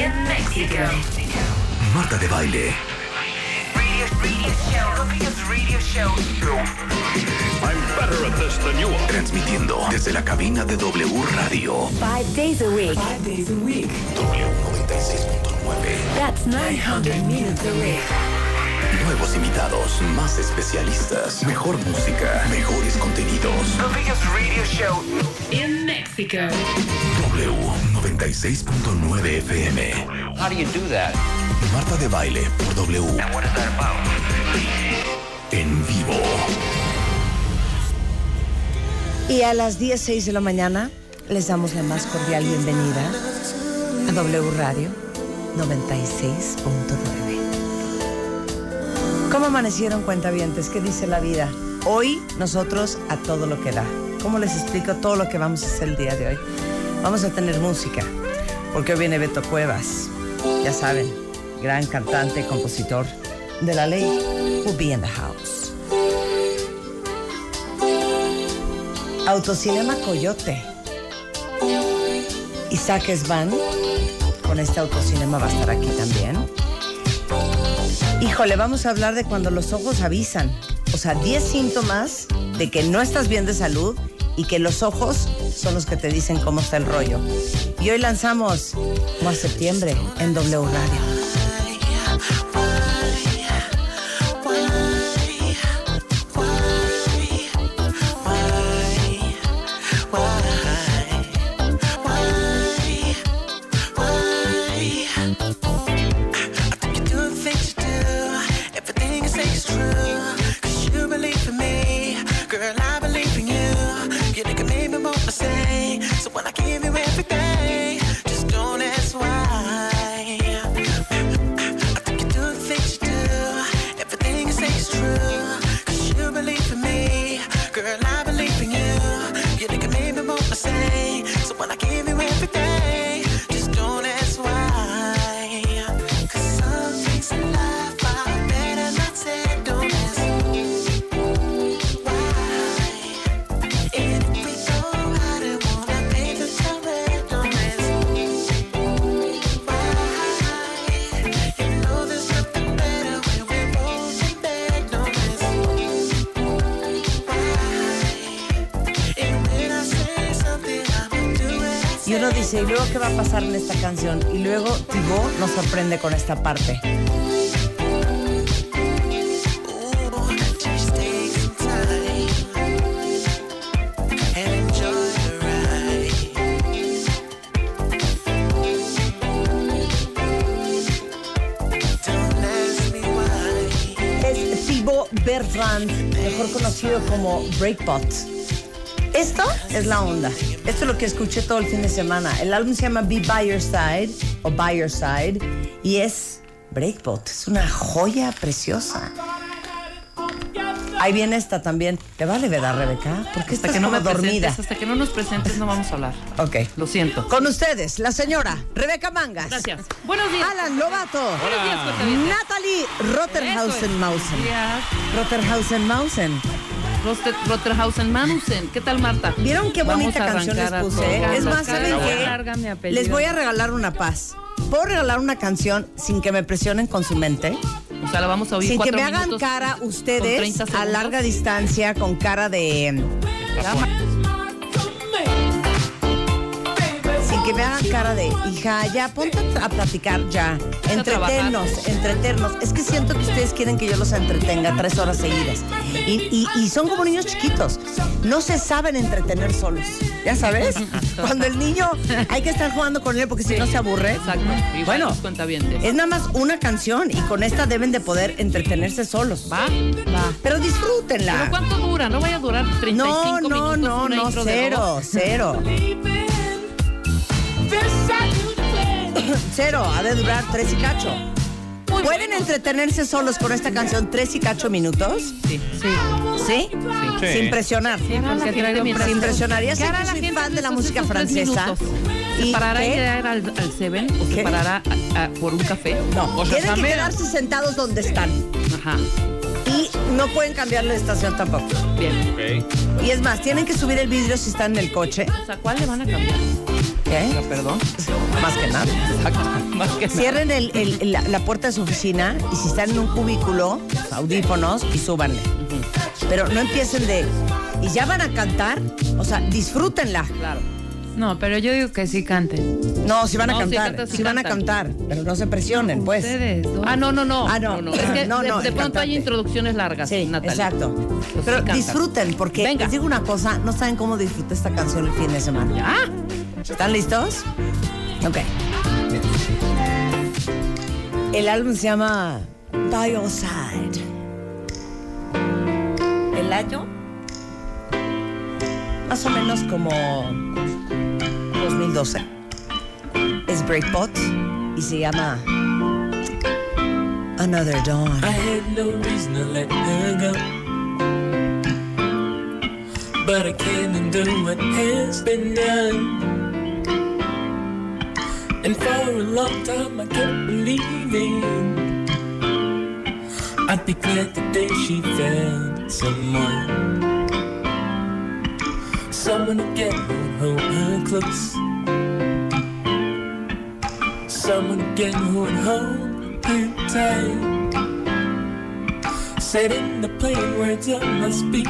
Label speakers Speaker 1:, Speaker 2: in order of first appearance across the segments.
Speaker 1: sitio.
Speaker 2: Marta de baile.
Speaker 1: Radio, radio show, Copitos Radio Show.
Speaker 3: I'm better at this than you are.
Speaker 2: Transmitiendo desde la cabina de W Radio.
Speaker 4: Five days a week.
Speaker 5: Five days a week.
Speaker 2: W96.9.
Speaker 4: That's 900 minutes a week.
Speaker 2: Nuevos invitados, más especialistas, mejor música, mejores contenidos.
Speaker 1: Copitos Radio Show.
Speaker 5: In Mexico.
Speaker 2: W96.9 FM.
Speaker 6: How do you do that?
Speaker 2: Marta de baile por W.
Speaker 6: What is that about?
Speaker 2: En vivo.
Speaker 7: Y a las 10, 6 de la mañana les damos la más cordial bienvenida a W Radio 96.9. ¿Cómo amanecieron cuentavientes? ¿Qué dice la vida? Hoy nosotros a todo lo que da. ¿Cómo les explico todo lo que vamos a hacer el día de hoy? Vamos a tener música, porque hoy viene Beto Cuevas, ya saben, gran cantante, compositor de la ley, will be in the house. Autocinema Coyote. Isaac Esban, con este autocinema va a estar aquí también. Híjole, vamos a hablar de cuando los ojos avisan. O sea, 10 síntomas de que no estás bien de salud y que los ojos son los que te dicen cómo está el rollo. Y hoy lanzamos Mua Septiembre en W Radio. Y uno dice, ¿y luego qué va a pasar en esta canción? Y luego Tibo nos sorprende con esta parte. Es Tibo Bertrand, mejor conocido como Breakbot. Esto es la onda. Esto es lo que escuché todo el fin de semana. El álbum se llama Be By Your Side o By Your Side y es Breakbot. Es una joya preciosa. Ahí viene esta también. ¿Te vale, verdad, Rebeca? Porque esta
Speaker 8: Hasta que no me
Speaker 7: dormida.
Speaker 8: presentes, hasta que no nos presentes no vamos a hablar.
Speaker 7: Ok.
Speaker 8: Lo siento.
Speaker 7: Con ustedes, la señora Rebeca Mangas.
Speaker 8: Gracias. Buenos días.
Speaker 7: Alan Lobato.
Speaker 8: Buenos días, cuentavientes.
Speaker 7: Natalie Rotterhausen-Mausen.
Speaker 8: Buenos días.
Speaker 7: Rotterhausen-Mausen.
Speaker 8: Roster, Rotterhausen Manusen. ¿Qué tal, Marta?
Speaker 7: ¿Vieron qué
Speaker 8: Vamos
Speaker 7: bonita
Speaker 8: a
Speaker 7: canción les
Speaker 8: arrancar a
Speaker 7: puse? eh?
Speaker 8: tocar
Speaker 7: Es
Speaker 8: la
Speaker 7: más, ¿saben
Speaker 8: cara. Larga mi
Speaker 7: qué?
Speaker 8: apellido.
Speaker 7: Les voy a regalar una paz. ¿Puedo regalar una canción sin que me presionen con su mente?
Speaker 8: O sea, la vamos a oír
Speaker 7: Sin que
Speaker 8: cuatro
Speaker 7: me hagan
Speaker 8: minutos
Speaker 7: cara
Speaker 8: con 30
Speaker 7: ustedes a
Speaker 8: segundos.
Speaker 7: larga distancia, con cara de... em, Sin que me hagan cara de, hija, ya, ponte a platicar ya.
Speaker 8: a trabajar.
Speaker 7: Entretenos, entretenos. Es que siento que ustedes quieren que yo los entretenga tres horas seguidas. Y, y- y son como niños chiquitos. No se saben entretener solos. Ya sabes, cuando el niño hay que estar jugando con él porque si no se aburre.
Speaker 8: Exacto. Y
Speaker 7: Bueno. Eh,
Speaker 8: bueno. Cuenta bien.
Speaker 7: Es nada más una canción y con esta deben de poder entretenerse solos.
Speaker 8: Va, va.
Speaker 7: Pero
Speaker 8: ¿Pero
Speaker 7: disfrútenla.
Speaker 8: cuánto dura? No vaya a durar 35
Speaker 7: No,
Speaker 8: minutos.
Speaker 7: no, no,
Speaker 8: una
Speaker 7: no,
Speaker 8: intro de
Speaker 7: cero,
Speaker 8: voz.
Speaker 7: cero. Cero, ha de durar tres y cacho.
Speaker 8: Muy
Speaker 7: ¿Pueden
Speaker 8: bueno.
Speaker 7: entretenerse solos con esta canción tres y cacho minutos?
Speaker 8: Sí, sí.
Speaker 7: ¿Sí? Sin presionar.
Speaker 8: Porque traigo mientras-
Speaker 7: Sin presionar. Ya
Speaker 8: ¿Qué
Speaker 7: sé
Speaker 8: hará
Speaker 7: que
Speaker 8: la
Speaker 7: soy
Speaker 8: gente
Speaker 7: fan de la
Speaker 8: en
Speaker 7: música
Speaker 8: esos tres
Speaker 7: francesa.
Speaker 8: minutos?
Speaker 7: ¿Y
Speaker 8: ¿Se parará
Speaker 7: qué?
Speaker 8: a llegar al, al Seven o
Speaker 7: ¿Qué?
Speaker 8: se parará a- a- por un café?
Speaker 7: No,
Speaker 8: O sea,
Speaker 7: tienen que
Speaker 8: Samera.
Speaker 7: quedarse sentados donde están.
Speaker 8: Ajá,
Speaker 7: Y no pueden cambiarle de estación tampoco.
Speaker 8: bien.
Speaker 7: Y es más, tienen que subir el vidrio si están en el coche.
Speaker 8: O sea, ¿cuál le van a cambiar?
Speaker 7: ¿Eh?
Speaker 8: O sea, perdón.
Speaker 7: Más que nada.
Speaker 8: Más que nada.
Speaker 7: Cierren el- el- la, la puerta de su oficina y si están en un cubículo, audífonos y súbanle. Pero no empiecen de. Y ya van a cantar, o sea, disfrútenla.
Speaker 8: Claro.
Speaker 9: No, pero yo digo que sí canten.
Speaker 7: No, si van a
Speaker 8: No, sí
Speaker 7: cantar,
Speaker 8: cantan, sí
Speaker 7: si van a
Speaker 8: cantan.
Speaker 7: cantar, pero no se presionen, pues.
Speaker 9: Ustedes. ¿no?
Speaker 8: Ah, no, no, no.
Speaker 7: Ah, no.
Speaker 8: Es que
Speaker 7: No,
Speaker 8: de,
Speaker 7: no,
Speaker 8: de
Speaker 7: el
Speaker 8: pronto hay
Speaker 7: cantante.
Speaker 8: introducciones largas,
Speaker 7: Sí,
Speaker 8: Natalia.
Speaker 7: exacto.
Speaker 8: Pues
Speaker 7: Pero
Speaker 8: sí cantan.
Speaker 7: disfruten, porque
Speaker 8: Venga.
Speaker 7: les digo una cosa, no saben cómo disfruté esta canción el fin de semana.
Speaker 8: Ah,
Speaker 7: ¿Están listos? Ok. El álbum se llama By Your Side. El año, más o menos como 2012. Es Breakpot y se llama Another Dawn.
Speaker 10: I had no reason to let her go. But I can't undo what has been done. And for a long time I kept believing I'd be glad the day she found someone. Someone again who'd hold her close. Someone again who'd hold her tight said in the plain words of my speech.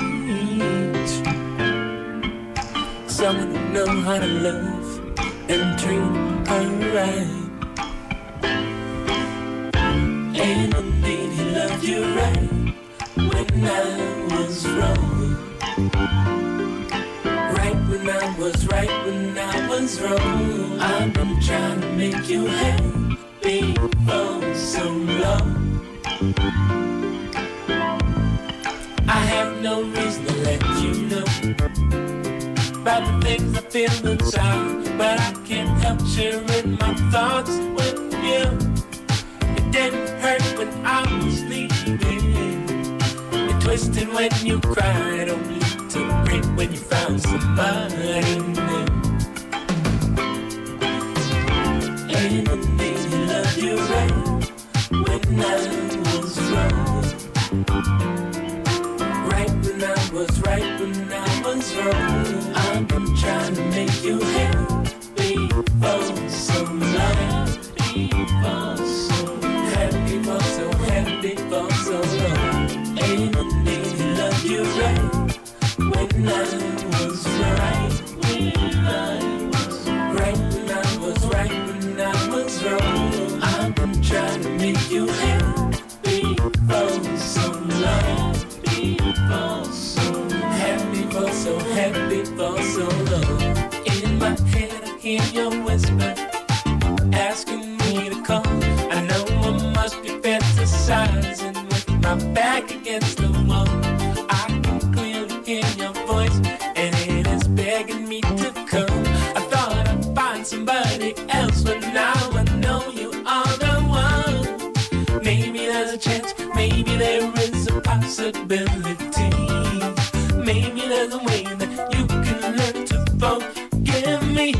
Speaker 10: Someone who know how to love and treat her right. And indeed he loved you right when I was wrong. Right when I was right when I was wrong. I've been trying to make you happy for so long. I have no reason to let you know about the things I feel inside, but I can't help sharing my thoughts with you. It didn't hurt when I was leaving. It twisted when you cried, only to break when you found somebody new. And indeed, he loved you right when I was wrong. Right when I was right when I was wrong. I've been trying to make you happy for so long. Happy for so long. Happy for so happy for so long. Ain't no need to love you right when I was right. When I was right when I was right when I was wrong. I've been trying to make you happy for so long. Happy for so happy for so happy for so long. In my head I hear your whisper, asking me to come. I know I must be fantasizing with my back against the wall. I can clearly hear your voice, and it is begging me to come. I thought I'd find somebody else, but now I know you are the one. Maybe there's a chance, maybe there is a possibility. Maybe there's a way that you can learn to forgive me.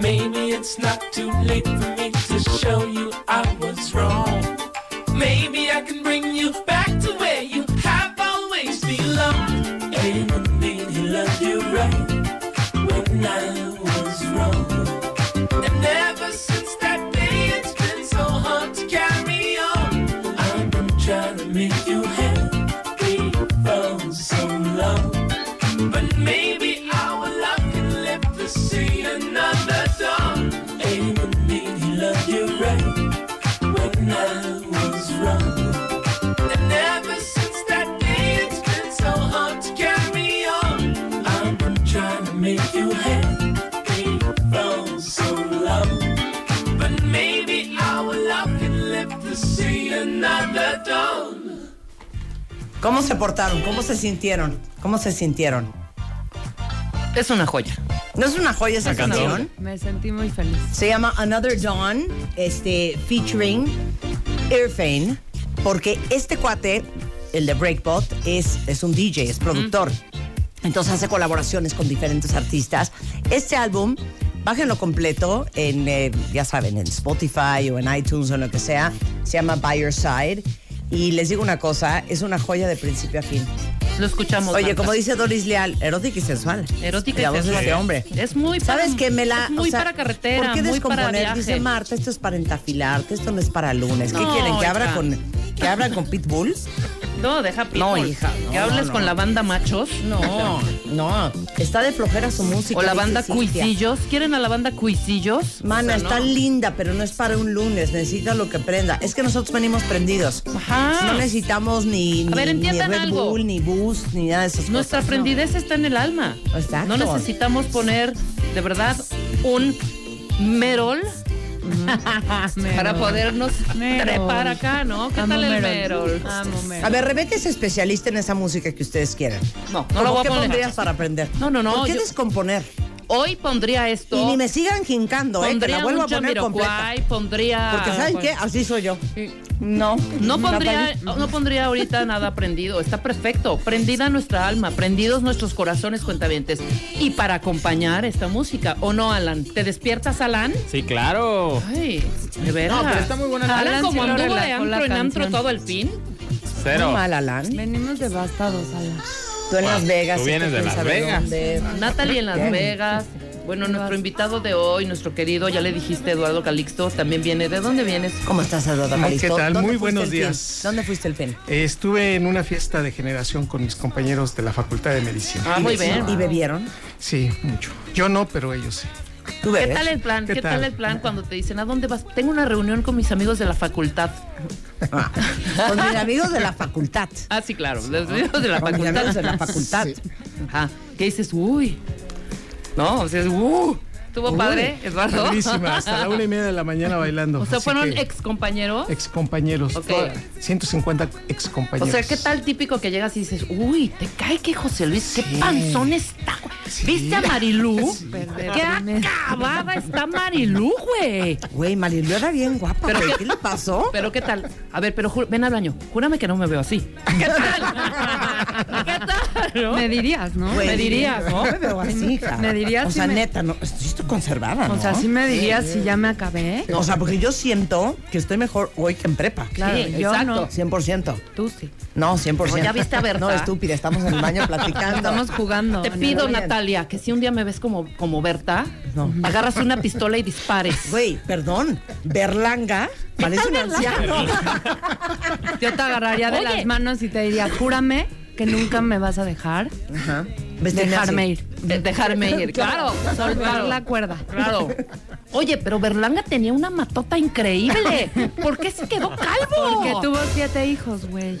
Speaker 10: Maybe it's not too late for me to show you I was wrong. Maybe I can bring you back to where you have always belonged. And indeed, he loved you right when I was wrong. And ever since that day, it's been so hard to carry on. I've been trying to make you happy for so long. But maybe our love can live to see another dawn. Ain't no need to love you right when I was wrong. And ever since that day, it's been so hard to carry on. I've been trying to make you happy for so long. But maybe our love can live to see another dawn.
Speaker 7: ¿Cómo se portaron? ¿Cómo se sintieron? ¿Cómo se sintieron?
Speaker 8: es una joya.
Speaker 7: ¿No es una joya esa
Speaker 9: Es una-
Speaker 7: canción?
Speaker 9: Me sentí muy feliz.
Speaker 7: Se llama Another Dawn, este, featuring Irfane, porque este cuate, el de Breakbot, es, es un DJ, es productor. Entonces hace colaboraciones con diferentes artistas. Este álbum, bájenlo completo en, eh, ya saben, en Spotify o en iTunes o en lo que sea. Se llama By Your Side. Y les digo una cosa, es una joya de principio a fin.
Speaker 8: lo escuchamos.
Speaker 7: Oye,
Speaker 8: Marta.
Speaker 7: como dice Doris Leal, erótica y sensual.
Speaker 8: Erótica y
Speaker 7: La voz
Speaker 8: sensual.
Speaker 7: es de hombre.
Speaker 8: Es muy para-
Speaker 7: ¿Sabes que me la.
Speaker 8: es muy
Speaker 7: o sea,
Speaker 8: para carretera,
Speaker 7: ¿Por
Speaker 8: muy
Speaker 7: qué
Speaker 8: para
Speaker 7: descomponer?
Speaker 8: viaje.
Speaker 7: Dice Marta, esto es para entafilarte, esto no es para lunes. ¿Qué
Speaker 8: No,
Speaker 7: quieren? ¿Que
Speaker 8: hija.
Speaker 7: abra con, que abran con pitbulls?
Speaker 8: No, deja people.
Speaker 7: No, hija, no,
Speaker 8: que hables
Speaker 7: no,
Speaker 8: con
Speaker 7: no.
Speaker 8: la banda machos.
Speaker 7: No, no. Está de flojera su música.
Speaker 8: O la
Speaker 7: dice
Speaker 8: banda
Speaker 7: Cintia.
Speaker 8: Cuisillos. ¿Quieren a la banda Cuisillos?
Speaker 7: Mana,
Speaker 8: O sea,
Speaker 7: está
Speaker 8: no.
Speaker 7: linda, pero no es para un lunes. Necesita lo que prenda. Es que nosotros venimos prendidos.
Speaker 8: Ajá.
Speaker 7: No necesitamos ni,
Speaker 8: Ah. A
Speaker 7: ni,
Speaker 8: ver,
Speaker 7: ni
Speaker 8: entiendan
Speaker 7: Red
Speaker 8: algo.
Speaker 7: Bull, ni Boost, ni nada de esas
Speaker 8: Nuestra
Speaker 7: cosas. No.
Speaker 8: aprendidez está en el alma. No
Speaker 7: Exacto.
Speaker 8: necesitamos poner, de verdad, un merol para podernos
Speaker 9: Merol.
Speaker 8: trepar acá, ¿no? ¿Qué
Speaker 9: Amo
Speaker 8: tal el
Speaker 9: Merol.
Speaker 8: merol?
Speaker 9: Amo Merol.
Speaker 7: A ver, Rebeca es especialista en esa música que ustedes quieren.
Speaker 8: No, no
Speaker 7: ¿Cómo
Speaker 8: lo voy a
Speaker 7: ¿Qué
Speaker 8: poner.
Speaker 7: pondrías para aprender?
Speaker 8: No, no, no,
Speaker 7: ¿Por qué
Speaker 8: yo-
Speaker 7: descomponer?
Speaker 8: Hoy pondría esto.
Speaker 7: Y ni me sigan jincando, ¿eh? Te
Speaker 8: pondría pues.
Speaker 7: la vuelvo
Speaker 8: un
Speaker 7: a poner completa.
Speaker 8: Jamiroquai, pondría...
Speaker 7: Porque ¿saben qué? Así soy yo.
Speaker 9: No.
Speaker 8: No pondría, no pondría ahorita nada prendido, está perfecto. Prendida nuestra alma, prendidos nuestros corazones cuentavientes. Y para acompañar esta música, ¿o no, Alan? ¿Te despiertas, Alan?
Speaker 11: Sí, claro.
Speaker 8: Ay, de veras.
Speaker 11: No, pero está muy buena la
Speaker 8: Alan,
Speaker 9: canción.
Speaker 8: como
Speaker 9: Alan sí lo
Speaker 8: anduvo de
Speaker 9: relajó la
Speaker 8: antro en antro
Speaker 9: canción.
Speaker 8: todo el fin.
Speaker 11: Cero.
Speaker 7: Muy mal, Alan.
Speaker 9: Venimos devastados, Alan.
Speaker 7: Tú en Las Vegas.
Speaker 11: Tú
Speaker 7: siempre
Speaker 11: vienes de
Speaker 7: quién
Speaker 11: Las
Speaker 7: sabe
Speaker 11: Vegas.
Speaker 7: dónde.
Speaker 8: Natalie en Las
Speaker 7: Bien.
Speaker 8: Vegas. Bueno, nuestro invitado de hoy, nuestro querido, ya le dijiste, Eduardo Calixto, también viene. ¿De dónde vienes?
Speaker 7: ¿Cómo estás, Eduardo
Speaker 12: ¿Qué
Speaker 7: Calixto?
Speaker 12: tal?
Speaker 7: ¿Dónde
Speaker 12: Muy
Speaker 7: fuiste
Speaker 12: buenos
Speaker 7: el fin?
Speaker 12: días.
Speaker 7: ¿Dónde fuiste el fin?
Speaker 12: Estuve en una fiesta de generación con mis compañeros de la Facultad de Medicina.
Speaker 8: Ah, muy
Speaker 7: ¿Y
Speaker 8: bien.
Speaker 7: bebieron?
Speaker 12: Sí, mucho. Yo no, pero ellos sí.
Speaker 7: ¿Tú
Speaker 8: ¿Qué
Speaker 7: bebes?
Speaker 8: tal el plan? ¿Qué,
Speaker 12: ¿Qué
Speaker 8: tal
Speaker 12: tal?
Speaker 8: el plan cuando te dicen, ¿a dónde vas? Tengo una reunión con mis amigos de la facultad.
Speaker 7: Con mis amigos de la facultad.
Speaker 8: Ah, sí, claro, los amigos de la
Speaker 7: Con mis
Speaker 8: facultad.
Speaker 7: amigos de la facultad.
Speaker 8: Ajá. ¿Qué dices? Uy. No, o sea, es, uh. ¿Estuvo padre, Eduardo?
Speaker 12: Padrísima, hasta la una y media de la mañana bailando.
Speaker 8: ¿Ah, O sea,
Speaker 12: Así
Speaker 8: fueron
Speaker 12: que,
Speaker 8: ex compañeros.
Speaker 12: excompañeros.
Speaker 8: Ok.
Speaker 12: toda- 150
Speaker 8: O
Speaker 12: excompañeros.
Speaker 8: sea, ¿qué tal típico que llegas y dices, uy, te cae que José Luis, qué panzón está, güey? ¿Viste a Marilú? ¡Qué acabada está Marilú, güey!
Speaker 7: Güey, Marilu era bien guapa.
Speaker 8: Pero
Speaker 7: güey.
Speaker 8: qué-
Speaker 7: ¿Qué le pasó?
Speaker 8: Pero qué tal, a ver, pero ju- ven al baño, júrame que no me veo así. ¿Qué tal? ¿Qué tal? no?
Speaker 9: Me dirías, ¿no?
Speaker 7: Güey,
Speaker 8: Me dirías, ¿no?
Speaker 7: me veo así, hija.
Speaker 9: Me dirías
Speaker 7: O
Speaker 9: si
Speaker 7: sea,
Speaker 9: me-
Speaker 7: neta, no, estoy estoy conservada, ¿no?
Speaker 9: O sea, sí me dirías si ya me acabé.
Speaker 7: O sea, porque yo siento que estoy mejor hoy que en prepa.
Speaker 9: Claro,
Speaker 8: Sí,
Speaker 9: yo
Speaker 8: exacto.
Speaker 9: no.
Speaker 7: 100%.
Speaker 9: Tú sí.
Speaker 7: No, 100%.
Speaker 8: No, ya viste a Berta.
Speaker 7: No, estúpida, estamos en el baño platicando.
Speaker 9: Estamos jugando.
Speaker 8: Te
Speaker 9: ¿no?
Speaker 8: pido,
Speaker 7: Oye.
Speaker 8: Natalia, que si un día me ves como, como Berta, agarras una pistola y dispares.
Speaker 7: Güey, perdón, Berlanga parece un anciano.
Speaker 9: Yo te agarraría de
Speaker 8: Oye.
Speaker 9: las manos y te diría, júrame que nunca me vas a dejar
Speaker 7: Ajá. Vestirme así.
Speaker 9: dejarme ir.
Speaker 8: De- dejarme ir. Claro,
Speaker 9: Soltar la cuerda.
Speaker 8: Claro. Oye, pero Berlanga tenía una matota increíble. ¿Por qué se quedó calvo?
Speaker 9: Porque tuvo siete hijos, güey.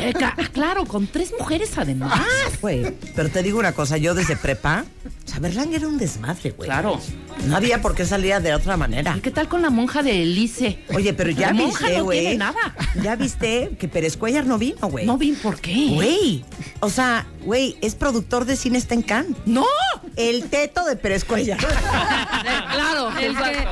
Speaker 8: Eh, ca- ah, claro, con tres mujeres además.
Speaker 7: Güey, pero te digo una cosa, yo desde prepa, o sea, Berlanga era un desmadre, güey.
Speaker 8: Claro.
Speaker 7: No había por qué salir de otra manera.
Speaker 8: ¿Y Ah, qué tal con la monja de Elise?
Speaker 7: Oye, pero ya
Speaker 8: La monja
Speaker 7: viste,
Speaker 8: no
Speaker 7: güey.
Speaker 8: tiene nada.
Speaker 7: Ya viste que Pérez Cuellar no vino, güey.
Speaker 8: No vi por qué.
Speaker 7: Güey, o sea, güey, es productor de cine, está en Cannes.
Speaker 8: ¡No!
Speaker 7: El teto de Pérez Cuellar.
Speaker 8: claro,
Speaker 9: El que-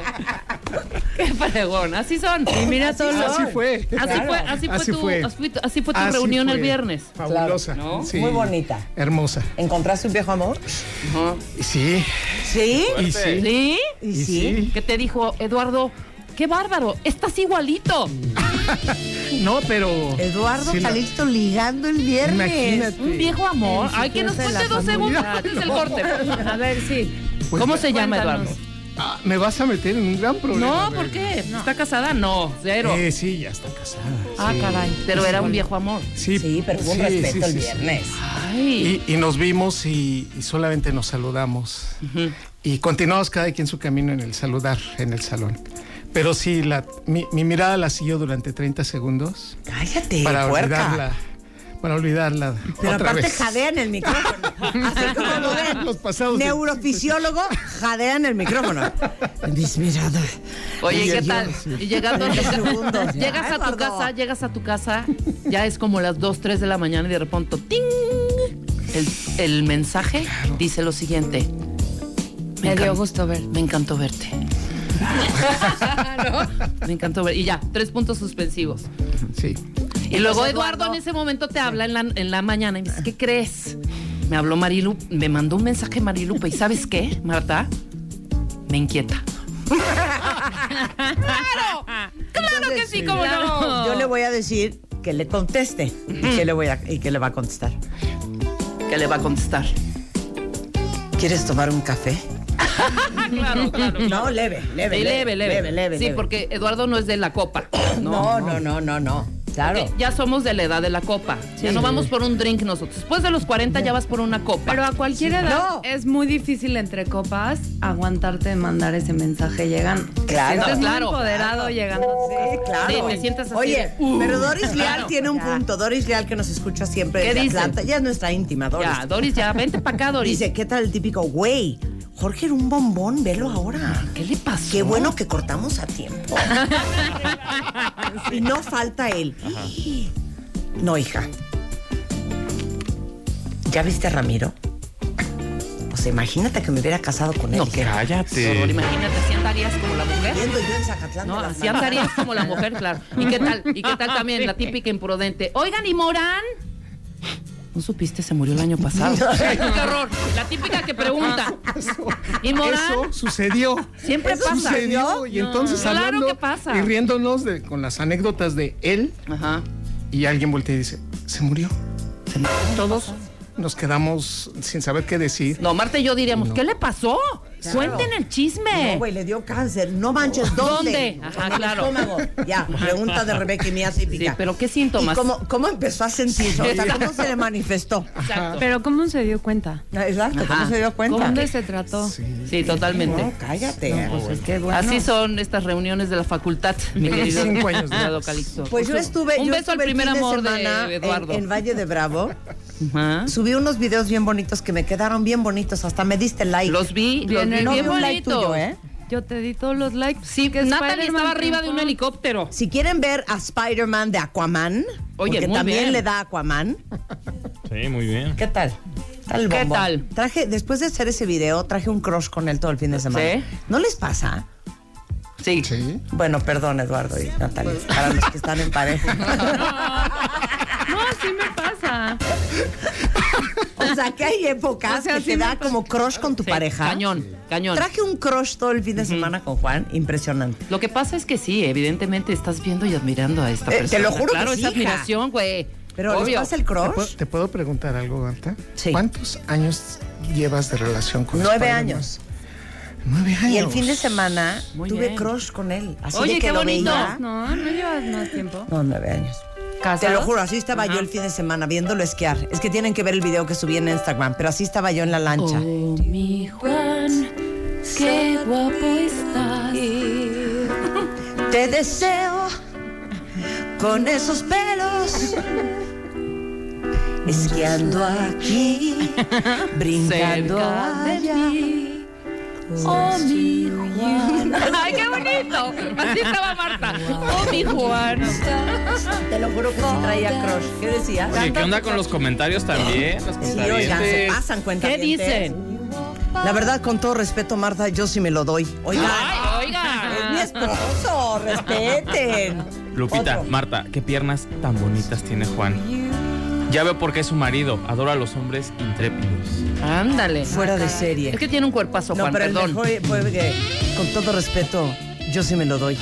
Speaker 8: Qué fregón, así son. mira
Speaker 7: Así solo.
Speaker 12: Así fue.
Speaker 8: Así fue, así fue
Speaker 12: Así
Speaker 8: tu,
Speaker 12: fue.
Speaker 8: así fue tu- así Ah, fue tu
Speaker 12: Así
Speaker 8: reunión
Speaker 12: fue.
Speaker 8: el viernes.
Speaker 12: Fabulosa.
Speaker 8: Claro, ¿no?
Speaker 12: sí.
Speaker 7: Muy bonita.
Speaker 12: Hermosa.
Speaker 7: ¿Encontraste un viejo amor?
Speaker 12: Y sí,
Speaker 7: Sí.
Speaker 12: y sí.
Speaker 8: ¿Sí?
Speaker 7: ¿Y
Speaker 12: Y
Speaker 7: sí?
Speaker 12: sí.
Speaker 8: ¿Qué te dijo Eduardo? ¡Qué bárbaro! ¡Estás igualito!
Speaker 12: No, pero.
Speaker 7: Eduardo
Speaker 12: sí la-
Speaker 7: Calixto ligando el viernes.
Speaker 12: Imagínate.
Speaker 8: Un viejo amor. Ay, que nos
Speaker 9: fiesta
Speaker 8: cuente
Speaker 9: de la
Speaker 8: dos segundos
Speaker 9: comunidad.
Speaker 8: antes del corte.
Speaker 9: A ver, sí.
Speaker 12: Pues,
Speaker 8: ¿Cómo se llama Eduardo?
Speaker 9: Cuéntanos.
Speaker 12: ah, me vas a meter en un gran problema.
Speaker 8: No, ¿por qué?
Speaker 9: No.
Speaker 8: ¿Está casada? No, cero.
Speaker 12: Eh, sí, ya está casada.
Speaker 9: Ah,
Speaker 12: sí.
Speaker 9: caray.
Speaker 8: Pero era un viejo amor.
Speaker 12: Sí,
Speaker 7: Sí, pero hubo un
Speaker 12: sí,
Speaker 7: respeto
Speaker 12: sí,
Speaker 7: el
Speaker 12: sí, sí.
Speaker 7: viernes.
Speaker 8: Ay.
Speaker 12: Y, y nos vimos y, y solamente nos saludamos. Y continuamos cada quien su camino en el saludar, en el salón. Pero sí, la, mi, mi mirada la siguió durante 30 segundos
Speaker 7: Cállate,
Speaker 12: para
Speaker 7: puerca.
Speaker 12: olvidarla. Para olvidarla.
Speaker 7: Pero
Speaker 12: otra
Speaker 7: aparte
Speaker 12: vez.
Speaker 7: jadean el micrófono. Así como lo ven.
Speaker 12: Los pasados de-
Speaker 7: Neurofisiólogo, jadean el micrófono. Mis miradas.
Speaker 8: Oye,
Speaker 12: Y
Speaker 8: ¿qué
Speaker 12: yo,
Speaker 8: tal?
Speaker 12: sí.
Speaker 8: Y llegando a tu
Speaker 7: Veinte segundos,
Speaker 8: casa,
Speaker 7: ya,
Speaker 8: llegas a tu
Speaker 7: Eduardo.
Speaker 8: casa, llegas a tu casa, ya es como las 2, 3 de la mañana y de repente, ¡ting! El, el mensaje dice lo siguiente.
Speaker 9: Me dio
Speaker 8: encan-
Speaker 9: gusto ver.
Speaker 8: Me encantó verte. ¿No? Me encantó ver. Y ya, tres puntos suspensivos.
Speaker 12: Sí.
Speaker 8: Y luego
Speaker 7: Entonces,
Speaker 8: Eduardo en
Speaker 7: Eduardo-
Speaker 8: ese momento te habla en la, en la mañana y me dice, ¿qué crees? Me habló Marilu, me mandó un mensaje Marilupe y ¿sabes qué, Marta? Me inquieta.
Speaker 7: Claro
Speaker 8: que sí, cómo no.
Speaker 7: Yo le voy a decir que le conteste. ¿Y qué le voy a, y qué le va a contestar?
Speaker 8: que le va a contestar.
Speaker 7: ¿Quieres tomar un café?
Speaker 8: Ah, claro, claro.
Speaker 7: No, leve, leve,
Speaker 8: Sí, leve, leve.
Speaker 7: leve, leve, leve,
Speaker 8: sí,
Speaker 7: leve.
Speaker 8: porque Eduardo no es de la copa.
Speaker 7: No, no, no, no, no. Claro.
Speaker 8: Porque Ya somos de la edad de la copa. Ya
Speaker 7: Sí.
Speaker 8: no vamos por un drink nosotros. Después de los 40 ya vas por una copa.
Speaker 9: Pero a cualquier edad
Speaker 7: No.
Speaker 9: es muy difícil entre copas aguantarte de mandar ese mensaje llegando.
Speaker 7: Claro.
Speaker 9: Te sientes muy
Speaker 8: Claro.
Speaker 9: empoderado llegando.
Speaker 7: Sí, claro.
Speaker 8: Sí, te sientas así
Speaker 7: Oye,
Speaker 8: de, uh,
Speaker 7: pero Doris Leal
Speaker 8: claro.
Speaker 7: tiene un
Speaker 9: Ya.
Speaker 7: punto. Doris Leal que nos escucha siempre
Speaker 8: ¿Qué
Speaker 7: desde
Speaker 8: dice?
Speaker 7: Atlanta. Ya es nuestra íntima, Doris.
Speaker 8: Ya, Doris, ya, vente para acá, Doris.
Speaker 7: Dice, ¿qué tal el típico güey? Jorge era un bombón, velo ahora.
Speaker 8: ¿Qué le pasó?
Speaker 7: Qué bueno que cortamos a tiempo. y no falta él. No, hija. ¿Ya viste a Ramiro? O sea, imagínate que me hubiera casado con él.
Speaker 8: No,
Speaker 7: hija.
Speaker 8: Soror, imagínate, si andarías como la mujer.
Speaker 7: Viendo yo en Zacatlán
Speaker 8: No,
Speaker 7: de las
Speaker 8: así
Speaker 7: manos.
Speaker 8: andarías como la mujer, claro. ¿Y qué tal? ¿Y qué tal también la típica imprudente? Oigan, ¿y Morán? No supiste, se murió el año pasado. ¡Qué horror! La típica que pregunta. ¿Y Morán?
Speaker 12: Eso sucedió.
Speaker 8: Siempre
Speaker 12: Eso
Speaker 8: pasa.
Speaker 12: Sucedió, y entonces
Speaker 8: Claro
Speaker 12: hablando
Speaker 8: que pasa.
Speaker 12: y riéndonos de, con las anécdotas de él
Speaker 8: Ajá.
Speaker 12: y alguien voltea y dice, se murió. Todos nos quedamos sin saber qué decir.
Speaker 8: No, Marta y yo diríamos, ¿qué le pasó? Cuenten el chisme.
Speaker 7: No, güey, le dio cáncer. No manches, ¿dónde?
Speaker 8: Eh. ¿Dónde? Ajá, claro.
Speaker 7: En el estómago. Ya, pregunta de Rebeca y mía típica.
Speaker 8: Sí, pero ¿qué síntomas?
Speaker 7: ¿Y cómo, cómo empezó a sentirlo? O sea, ¿cómo se le manifestó?
Speaker 8: Exacto.
Speaker 9: Pero ¿cómo se dio cuenta?
Speaker 7: Exacto, ¿cómo
Speaker 8: Ajá.
Speaker 7: se dio cuenta?
Speaker 9: ¿Dónde se trató?
Speaker 8: Sí, totalmente.
Speaker 7: No, cállate.
Speaker 9: Pues qué bueno.
Speaker 8: Así son estas reuniones de la facultad, mi querido
Speaker 12: Cinco años de-
Speaker 8: Eduardo Calixto.
Speaker 7: Pues yo estuve,
Speaker 8: Un
Speaker 7: yo
Speaker 8: beso al
Speaker 7: estuve el
Speaker 8: primer
Speaker 7: fin de
Speaker 8: amor de
Speaker 7: semana en-
Speaker 8: Eduardo.
Speaker 7: En, Valle de Bravo.
Speaker 8: Ajá.
Speaker 7: Subí unos videos bien bonitos que me quedaron bien bonitos. Hasta me diste like.
Speaker 8: Los vi, los
Speaker 9: Bien,
Speaker 8: vi
Speaker 9: no
Speaker 8: bien
Speaker 9: vi
Speaker 7: un like
Speaker 8: bonitos.
Speaker 7: tuyo, ¿eh?
Speaker 9: Yo te di todos los likes.
Speaker 8: Sí,
Speaker 9: que
Speaker 8: Natalie
Speaker 9: Spider-Man
Speaker 8: estaba arriba de un
Speaker 9: triunfó.
Speaker 8: helicóptero.
Speaker 7: Si quieren ver a Spider-Man de Aquaman,
Speaker 8: Oye,
Speaker 7: porque
Speaker 8: muy
Speaker 7: también
Speaker 8: bien.
Speaker 7: le da Aquaman.
Speaker 11: Sí, muy bien.
Speaker 7: ¿Qué tal?
Speaker 8: ¿Qué
Speaker 7: bombón?
Speaker 8: tal?
Speaker 7: Traje, después de hacer ese video, traje un crush con él todo el fin de semana.
Speaker 8: ¿Sí?
Speaker 7: ¿No les pasa?
Speaker 8: Sí.
Speaker 12: Sí.
Speaker 7: Bueno, perdón, Eduardo y Natalia, para los que están en pareja.
Speaker 9: No, sí me pasa.
Speaker 7: o sea, que hay épocas
Speaker 9: O sea,
Speaker 7: que
Speaker 9: sí
Speaker 7: te
Speaker 9: me
Speaker 7: da
Speaker 9: pasa.
Speaker 7: como crush con tu
Speaker 8: Sí,
Speaker 7: pareja.
Speaker 8: Cañón, cañón.
Speaker 7: Traje un crush todo el fin de semana con Juan, impresionante.
Speaker 8: Lo que pasa es que sí, evidentemente estás viendo y admirando a esta
Speaker 7: Eh, te
Speaker 8: persona.
Speaker 7: lo juro que
Speaker 8: Claro,
Speaker 7: sí,
Speaker 8: es
Speaker 7: hija.
Speaker 8: admiración, güey.
Speaker 7: Pero ¿les
Speaker 8: Obvio.
Speaker 7: pasa el
Speaker 12: ¿Te puedo,
Speaker 7: crush?
Speaker 12: te puedo preguntar algo, Marta?
Speaker 7: Sí.
Speaker 12: ¿Cuántos años llevas de relación con
Speaker 7: Nueve
Speaker 12: Spider-Man?
Speaker 7: años.
Speaker 12: Nueve años.
Speaker 7: Y el fin de semana
Speaker 8: Muy
Speaker 7: tuve
Speaker 8: bien.
Speaker 7: crush con él. Así
Speaker 8: Oye,
Speaker 7: de que
Speaker 8: qué
Speaker 7: lo
Speaker 8: bonito.
Speaker 7: veía.
Speaker 9: No, no llevas más tiempo.
Speaker 7: No, nueve años. Te
Speaker 9: ¿Casados?
Speaker 7: lo juro, así estaba yo el fin de semana viéndolo esquiar. Es que tienen que ver el video que subí en Instagram, pero así estaba yo en la lancha.
Speaker 10: Oh, Mi Juan, qué guapo estás.
Speaker 7: Te deseo con esos pelos. Esquiando aquí, brincando
Speaker 8: Cerca
Speaker 7: allá.
Speaker 10: Oh, mi Juan,
Speaker 8: Ay, qué bonito. Así estaba Marta. Oh, mi Juan.
Speaker 7: Te lo juro que sí traía crush. ¿Qué decías?
Speaker 11: Oye, ¿qué onda con los comentarios también? Los
Speaker 7: Sí, oigan, se
Speaker 11: cuentavientes.
Speaker 7: pasan cuenta.
Speaker 8: ¿Qué dicen?
Speaker 7: La verdad, con todo respeto, Marta, yo sí me lo doy. Oiga,
Speaker 8: Ay, oiga.
Speaker 7: es mi esposo, respeten.
Speaker 11: Lupita,
Speaker 7: Otro.
Speaker 11: Marta, qué piernas tan bonitas tiene Juan. Ya veo por qué es su marido. Adora a los hombres intrépidos.
Speaker 8: Ándale.
Speaker 7: Fuera de serie.
Speaker 8: Es que tiene un cuerpazo,
Speaker 7: No,
Speaker 8: Juan,
Speaker 7: pero el
Speaker 8: perdón.
Speaker 7: mejor fue que, con todo respeto, yo sí me lo doy.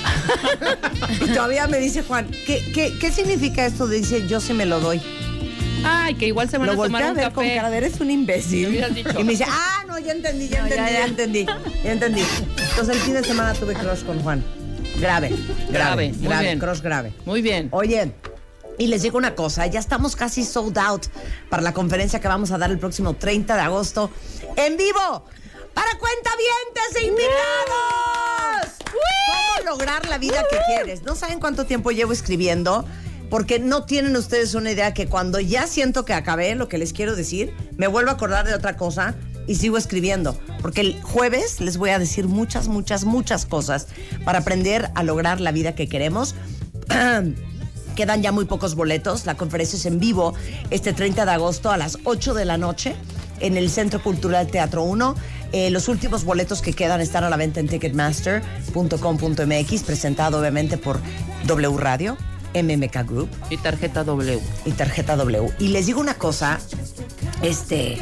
Speaker 7: y todavía me dice Juan, ¿qué, qué, qué significa esto? de Dice, yo sí me lo doy.
Speaker 8: Ay, que igual se van
Speaker 7: Lo
Speaker 8: a tomar
Speaker 7: volteé a
Speaker 8: un
Speaker 7: ver con
Speaker 8: café.
Speaker 7: cara de, eres un
Speaker 8: Me
Speaker 7: imbécil.
Speaker 8: hubieras dicho.
Speaker 7: Y me dice, ah, no, ya entendí, ya
Speaker 9: No, ya,
Speaker 7: entendí, ya,
Speaker 9: ya.
Speaker 7: entendí, ya entendí. Entonces el fin de semana tuve crush con Juan. Grave, grave,
Speaker 8: Grave, muy
Speaker 7: grave,
Speaker 8: bien.
Speaker 7: crush grave.
Speaker 8: Muy bien.
Speaker 7: Oye, y les digo una cosa, ya estamos casi sold out para la conferencia que vamos a dar el próximo 30 de agosto en vivo para cuentavientes e invitados. ¿Cómo lograr la vida que quieres? No saben cuánto tiempo llevo escribiendo. Porque no tienen ustedes una idea que cuando ya siento que acabé lo que les quiero decir, me vuelvo a acordar de otra cosa y sigo escribiendo. Porque el jueves les voy a decir muchas, muchas, muchas cosas para aprender a lograr la vida que queremos. Quedan ya muy pocos boletos. La conferencia es en vivo este 30 de agosto a las 8 de la noche en el Centro Cultural Teatro 1. Eh, los últimos boletos que quedan están a la venta en ticketmaster.com.mx, presentado obviamente por W Radio, MMK Group
Speaker 8: Y tarjeta W.
Speaker 7: y tarjeta W. Y les digo una cosa, este,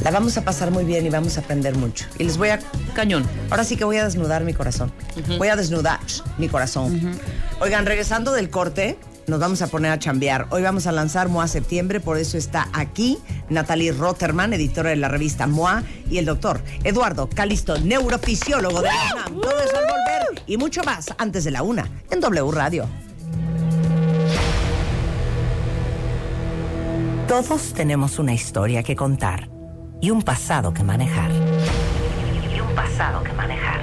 Speaker 7: la vamos a pasar muy bien y vamos a aprender mucho. Y les voy a
Speaker 8: Cañón.
Speaker 7: Ahora sí que voy a desnudar mi corazón. Voy a desnudar mi corazón. Oigan, regresando del corte,
Speaker 13: nos vamos a poner a chambear. Hoy vamos a lanzar MOA Septiembre, por eso está aquí Natalie Rotterman, editora de la revista MOA, y el doctor Eduardo Calisto, neurofisiólogo de la UNAM. Todo eso al volver y mucho más antes de la una en W Radio.
Speaker 7: Todos tenemos una historia que contar y un pasado que manejar.
Speaker 14: Y un pasado que manejar.